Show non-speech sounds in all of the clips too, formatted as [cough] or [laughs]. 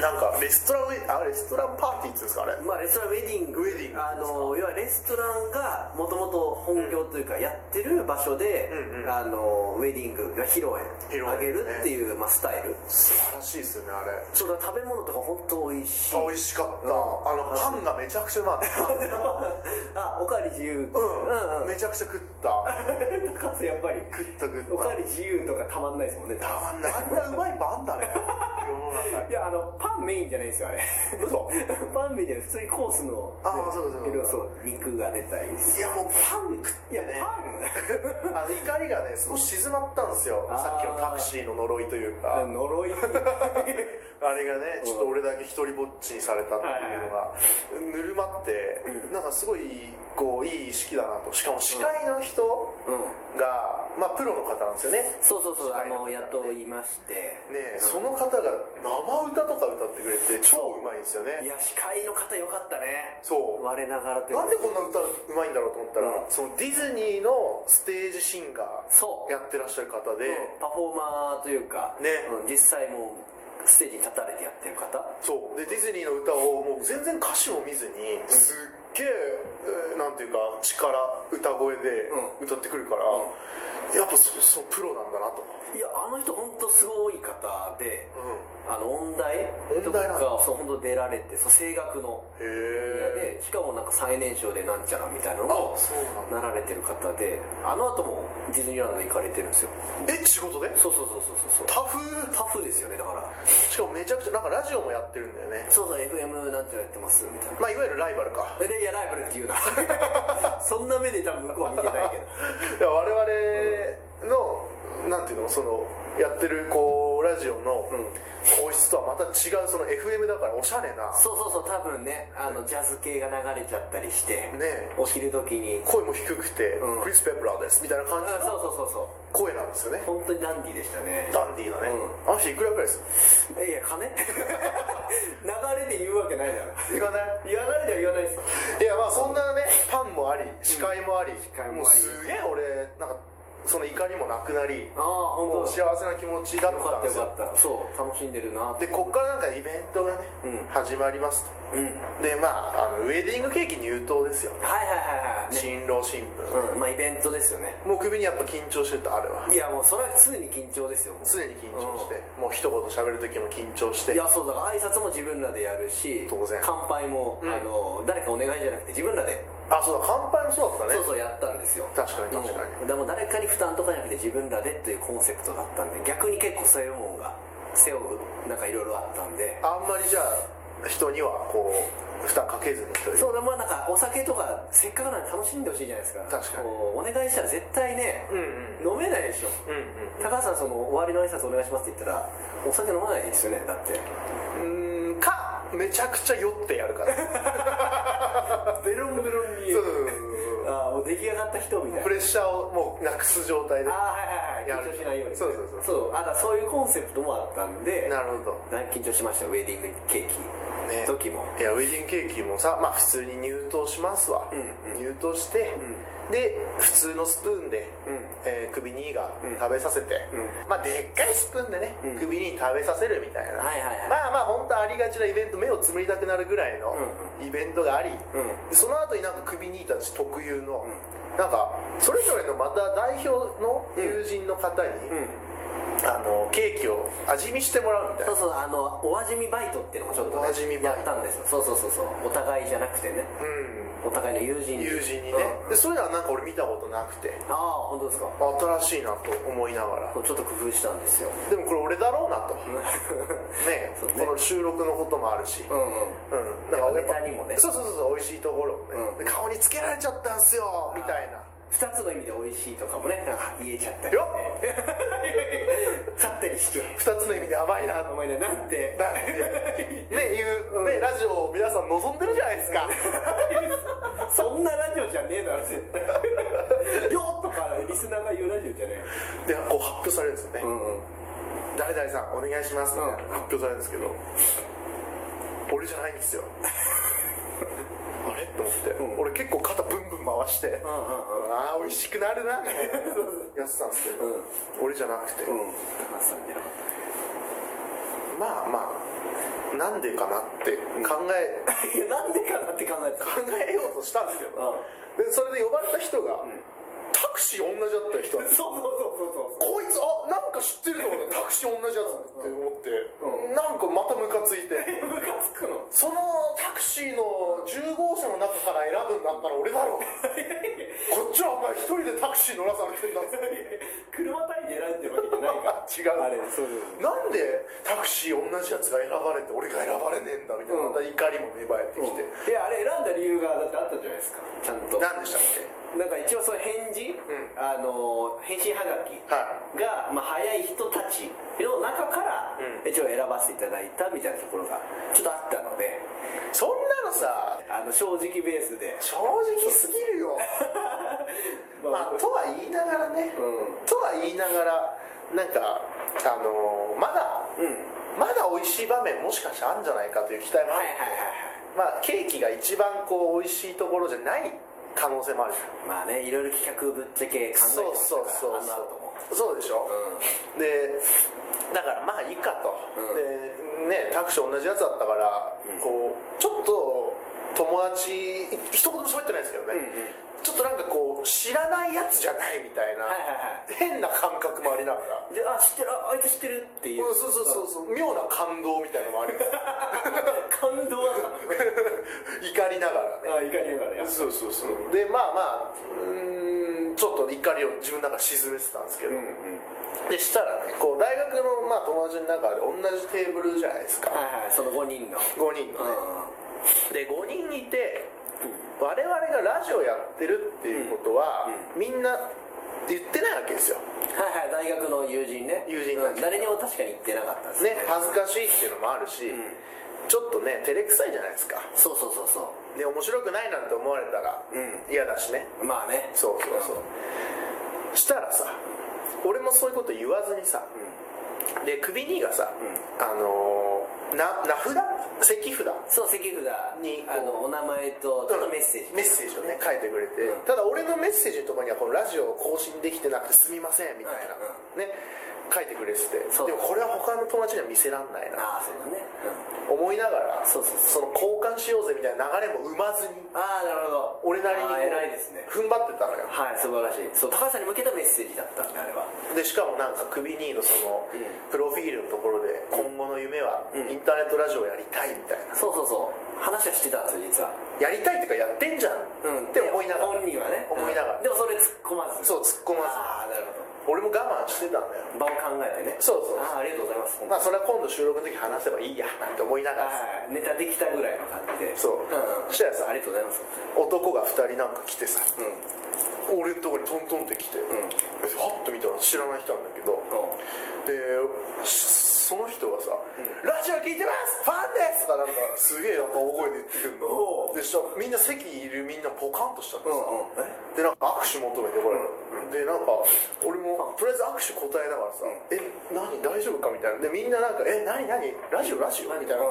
なんかレストランウェあレストランパーティーっていうんですかあれまあ、レストランウェディンウグェディングあの要はレストランがもともと本業というかやってる場所で、うんうんあのウェディング披露披露宴宴あげるっていう、まあ、スタイル素晴らしいですよねあれそうだから食べ物とか本当美味しいあ美味しかった、うんあのパンがめちゃくちゃうまかったうん、あおかわり自由うんうんめちゃくちゃ食った [laughs] かつやっぱり食った食ったおかわり自由とかたまんないですもんねたまんないあんなうまいパンだね世の中いやあのパンメインじゃないですよあれ嘘 [laughs] パンメインじゃない普通にコースの、ああそうそうそういろいろそう肉が出たりいやもうパン食っていやねパあの怒りがね少し静まったんですよあーさっきのタクシーの呪いというかン [laughs] 呪いあれがねちょっと俺だけ一人ぼっちにされたっていうのがぬるまってなんかすごいこういい式だなとしかも司会の人うんがまあプロの方なんですよねそうそうそう、司あ会のの方ね雇いまして、ねその方が生歌とか歌ってくれて超うまいんですよいねや司会の方良かったねそう我ながらというかなんでこんな歌うまいんだろうと思ったら、うんそのディズニーのステージシンガそうーやってらっしゃる方で、パフォーマーというか、ねうん実際もうステージに立たれてやってる方そうでディズニーの歌をもう全然歌詞を見ずにすっげええーなんていうか力歌声でう歌ってくるから、やっぱそそうプロなんだなと、いやあの人本当すごい方で、あの音大音大なのそう本当出られてそう声楽のへえでしかもなんか最年少でなんちゃらみたいなのあをそうなんだなられてる方であの後もディズニーランドに行かれてるんですよえ仕事でそうそうそうそうそうタフタフですよねだからしかもめちゃくちゃなんかラジオもやってるんだよねそうそう FM なんてやってますみたいなまあいわゆるライバルかそれでいやライバルって言うな [laughs] そんな目で多分向こうは見てないけどいや我々の、なんていうのそのやってるこうラジオの音質とはまた違うその FM だからおしゃれなそうそうそう多分ねあのジャズ系が流れちゃったりして、ねお昼時に声も低くて、うんクリス・ペプラーですみたいな感あじそのうそうそうそう声なんですよね本当にダンディーでしたねダンディーなね、あの人いくらぐらいですえいや金 [laughs] 流れで言うわけないだろいかない流れでは言わないですいやまあそんなねパンもあり司会もあり、会もありもうすげえ俺なんかその怒りもなくなりああも本う当幸せな気持ちだっよかたんっでたすよよかったそう楽しんでるなってでこっからなんかイベントがね、うん始まりますとうんはいでまああのウェディングケーキ入刀ですよはいはいはい、ね新郎新婦、うん、まあイベントですよねもう首にやっぱ緊張してたあれはいやもうそれは常に緊張ですよもう常に緊張して、もう一言喋る時も緊張していやそうだから挨拶も自分らでやるし当然乾杯も、うんあの誰かお願いじゃなくて自分らで、あそうだ乾杯もそうだったねそうそうやったんですよ確かに確かにうんでも誰かに負担とかじゃなくて自分らでっていうコンセプトだったんで逆に結構そういうもんが背負うなんかいろいろあったんであんまりじゃあ人にはこう負担かけずにというそうだまあなんかお酒とかせっかくなんで楽しんでほしいじゃないですか確かにこうお願いしたら絶対ね、うん飲めないでしょうん高橋さんその終わりの挨拶お願いしますって言ったらお酒飲まないですよねだってうんうんかめちゃくちゃ酔ってやるから [laughs] ベロンベロンにそうそうそうそうああもう出来上がった人みたいなプレッシャーをもうなくす状態でああはいはいはい緊張しないようにそうそうそうそうあだからそういうコンセプトもあったんでなるほどだいぶ緊張しましたよウェディングケーキね時もいやウェディングケーキもさまあ普通に入刀しますわ、うん入刀して、で普通のスプーンで、うんえー首にが食べさせて、うまあでっかいスプーンでね、ん首に食べさせるみたいな、はいはいはいまあまあ本当ありがちなイベント目をつむりたくなるぐらいのうイベントがあり、うその後になんか首にいたち特有の、なんかそれぞれのまた代表の友人の方に、んあのケーキを味見してもらうみたいなそうそうあのお味見バイトっていうのもちょっと、おね、味見バイトやったんですよそうそうそうそうお互いじゃなくてねうんお互いの友人に友人にね、うんでそういうのはなんか俺見たことなくてああ本当ですか新しいなと思いながらそうちょっと工夫したんですよでもこれ俺だろうなと、ねそうねこの収録のこともあるし、うんうんうん、なんかやっぱネタにもねそうそうそうそう美味しいところをね、うんで顔につけられちゃったんすよみたいな2つの意味で美味しいとかもねなんか言えちゃったりよ [laughs] ちゃったりして二つの意味でやばいなとお思前ねなんてなんてねいう、ねラジオを皆さん望んでるじゃないですかそんなラジオじゃねえだろ絶対よっとかリスナーが言うラジオじゃねでこう発表されるんですよね、えうんうん誰々さんお願いしますみたいなうん発表されるんですけど、俺じゃないん [laughs] ですよあれと思って、うん俺結構肩ブンブン回して、うんうんああ美味しくな [laughs] るなみたいなやってたんですけど、うん俺じゃなくて、うん高橋さんじゃなかっまあまあなんでかなって考え、いやなんでかなって考えた考えようとしたんですよでそれで呼ばれた人が、タクシー同じだった人なんですそうそうそうそうそうこいつあなんか知ってると思ってタクシー同じやつって思って、なんかまたムカついてムカつくのそのタクシーの10号車の中から選ぶんだったら俺だ [laughs] ろうこっちはお前一人でタクシー乗らされてんだって車単位で選んでるわけじゃないから違うあれそうそうなんでタクシー同じやつが選ばれて俺が選ばれねえんだみたいな、うんまた怒りも芽生えてきて、いやあれ選んだ理由がだってあったじゃないですかちゃんと何でしたっけなんか一応その返事、んあの返信はがきはが、まあ、早い人たちの中からう一応選ばせていただいたみたいなところがちょっとあったのでそんなのさあの正直ベースで、正直すぎるよまあとは言いながらね、うとは言いながらなんかあのーまだんうんまだ美味しい場面もしかしたらあるんじゃないかという期待もあはいはいる、まはいあケーキが一番こう美味しいところじゃない可能性もあるまあねいろいろ企画ぶっちゃけ考えてましたそうそうそうからあんなのともそうでしょ、でだからまあいいかと、うんでねタクシー同じやつだったから、こうちょっと友達い一言も喋ってないですけどね、うんうんちょっとなんかこう知らないやつじゃないみたいな、はいはい変はな感覚もありながらいであ知ってるああいつ知ってるっていうんうそうそうそうそう妙な感動みたいなのもあるんです [laughs] よ感動だっ怒りながらねたあいかにもねそうそうそうでまあまあうーんちょっと怒りを自分の中で沈めてたんですけど、うんうんでしたらねこう大学のまあ友達の中で同じテーブルじゃないですか、はいはいその5人の5人のね、で5人いて我々がラジオやってるっていうことは、みんな言ってないわけですよはいはい大学の友人ね友人たちうん誰にも確かに言ってなかったですね恥ずかしいっていうのもあるし、ちょっとね照れくさいじゃないですかそうそうそうそで面白くないなんて思われたらう嫌だしね、うまあねそうそうそう、したらさ俺もそういうこと言わずにさ、でクビ兄がさ、あのーな名札席札そう関札にあのお名前とちょっとメッセージメッセージをね書いてくれて、うんただ俺のメッセージのところにはこのラジオを更新できてなくてすみませんみたいな、うね書いてくれててそうでもこれは他の友達には見せらんないなああそうだね思いながらそうそそうの交換しようぜみたいな流れも生まずにうんああなるほど俺なりにこあうー偉いですね踏ん張ってたのよはい素晴らしいそう高橋さんに向けたメッセージだったんであれはでしかもなんか首にのそのうんプロフィールのところで今後の夢はインターネットラジオやりたいみたいなそうそうそう話はしてたんですよや実はりたいっていうかやってんじゃんって思いながら本人はね思いながらうんでもそれ突っ込まずそう突っ込まああなるほず俺も我慢してたんだよど場を考えてねそうそうああありがとうございまあますそれは今度収録の時話せばいいやなんて思いながらさはいネタできたぐらいの感じでそうそしたらさありがとうございます男が2人なんか来てさうん俺のとこにトントンって来てんえハッと見たら知らない人なんだけどうんでその人がさ「ラジオ聞いてますファンです!」とかなんかすげえやっぱ大声で言ってくるおのうでしたらみんな席いるみんなポカンとしたんですうんうんでなんか握手求めてこれ、でなんか俺もとりあえず握手答えながらさ「え何大丈夫か?」みたいなでみんななんか「え何何ラジオラジオ?」みたいなうん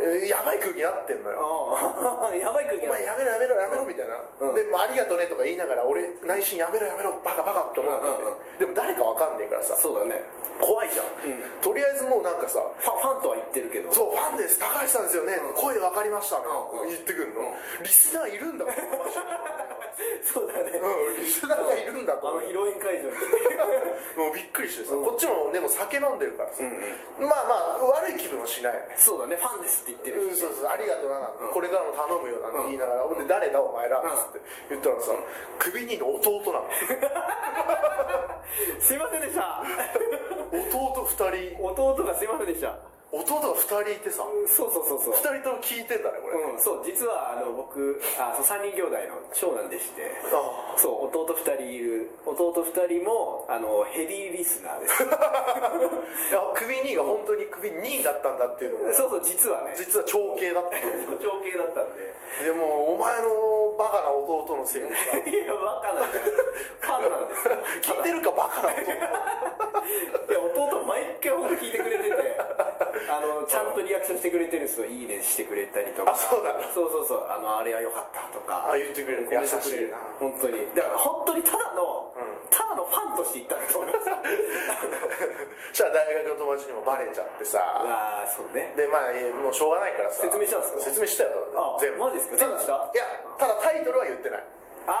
えーやばい空気になってんのようんやばい空「お気前やめろやめろやめろ」みたいな、うんで「まあ、ありがとね」とか言いながら俺内心「やめろやめろバカバカ」って思ってて、うんうんでも誰かわかんねえからさそうだね怖いじゃん、とりあえずもうなんかさファンファンとは言ってるけどそうファンです高橋さんですよね、声わかりましたね、うんうん言ってくんの、リスナーいるんだもんそうだねうんリスナーがいるんだとあ思うの披露宴会場 [laughs] にもうびっくりしてさ、こっちもでも酒飲んでるからさ、まあまあ悪い気分はしないよねそうだねファンですってう言ってるん、そうそうありがとうな、これからも頼むよなんて言いながら、ほんで誰だお前らっつって言ったらさ、首にの弟なのすいませんでした弟2人 [laughs] 弟がすいませんでした弟が2人いてさ、そうそうそうそう二2人とも聞いてんだねこれ、うん、そう実はあの僕あそう3人兄弟の長男でしてあそう弟2人いる弟2人もあのヘビーリスナーです [laughs] いや首2が本当に首2だったんだっていうのがそうそう実はね実は長兄だった長兄だったんででもお前のバカな弟のせいでさ [laughs] いやバカなんだよファンなんですよ聞いてるかバカな [laughs] 弟いや弟毎回ほんと聞いてくれててあのちゃんとリアクションしてくれてるんですよ「いいね」してくれたりとかあそうだそうそうそうあのあれは良かったとかあ言ってくれるコメントくれ優しいな本当にだから本当にただの、ただのファンとして言ったんだと思います [laughs] そしたら大学の友達にもバレちゃってさああそうねでまあえーもうしょうがないからさ説明したんですか説明したよあ全部マジですか全部したいやただタイトルは言ってないあ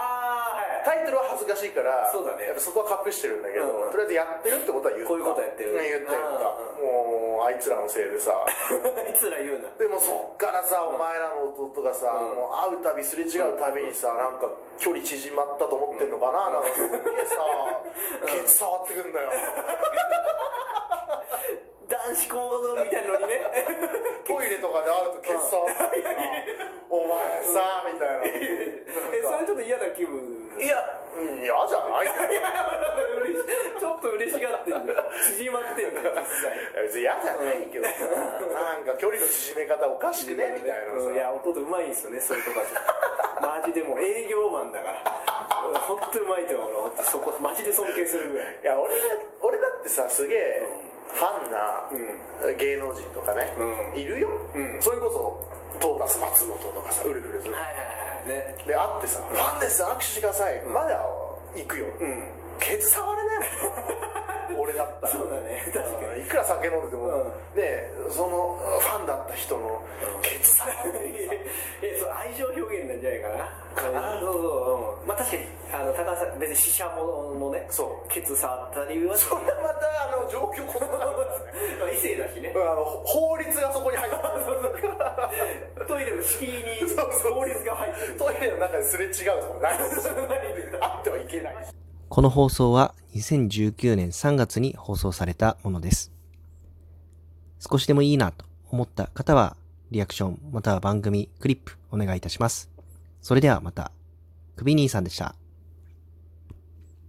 あはいタイトルは恥ずかしいからそうだねやっぱそこは隠してるんだけど、うんとりあえずやってるってことは言ったこういうことやってるうん言った言ったもうあいつらのせいでさい [laughs] つら言うなでもそっからさお前らの弟がさ、うんもう会うたびすれ違うたびにさなんか距離縮まったと思ってんのかな、なんかすげえさ、ケツ触ってくんだよ男子行動みたいなのに [laughs] ねトイレとかで会うとケツ触ってくんだよ [laughs] お前さ、みたいなえそれちょっと嫌な気分 [laughs] いやうん嫌じゃないいや嬉しちょっと嬉しがってんだよ縮まってんだよ実際別に嫌じゃないけどさなんか距離の縮め方おかしくねみたいなさうんいや弟うまいんですよねそういうとこはマジでもう営業マンだから本当うまいと思う俺本当そこマジで尊敬するぐらいいや俺だ俺だってさすげえファンな芸能人とかね、うんいるよ、うんそれこそトータス松本とかさウルフルズではいはいはいね会ってさ「ファンです握手してください」まだ行くよ、うんケツ触れないもん [laughs] 俺だったらそうだね確かいくら酒飲んでても、うねそのファンだった人のケツ触れないに [laughs] えそう愛情表現なんじゃないかなそうそうそう、うん、まあ確かにあの高橋さん別に死者ものねそうケツ触ったりはそれはまたあの状況異なるからねまあ異性だしねうんあの法律がそこに入ってるトイレの敷居にそうそう法律が入ってるトイレの中ですれ違うとかないしあってはいけないしこの放送は2019年3月に放送されたものです。少しでもいいなと思った方は、リアクションまたは番組、クリップお願いいたします。それではまた、クビ兄さんでした。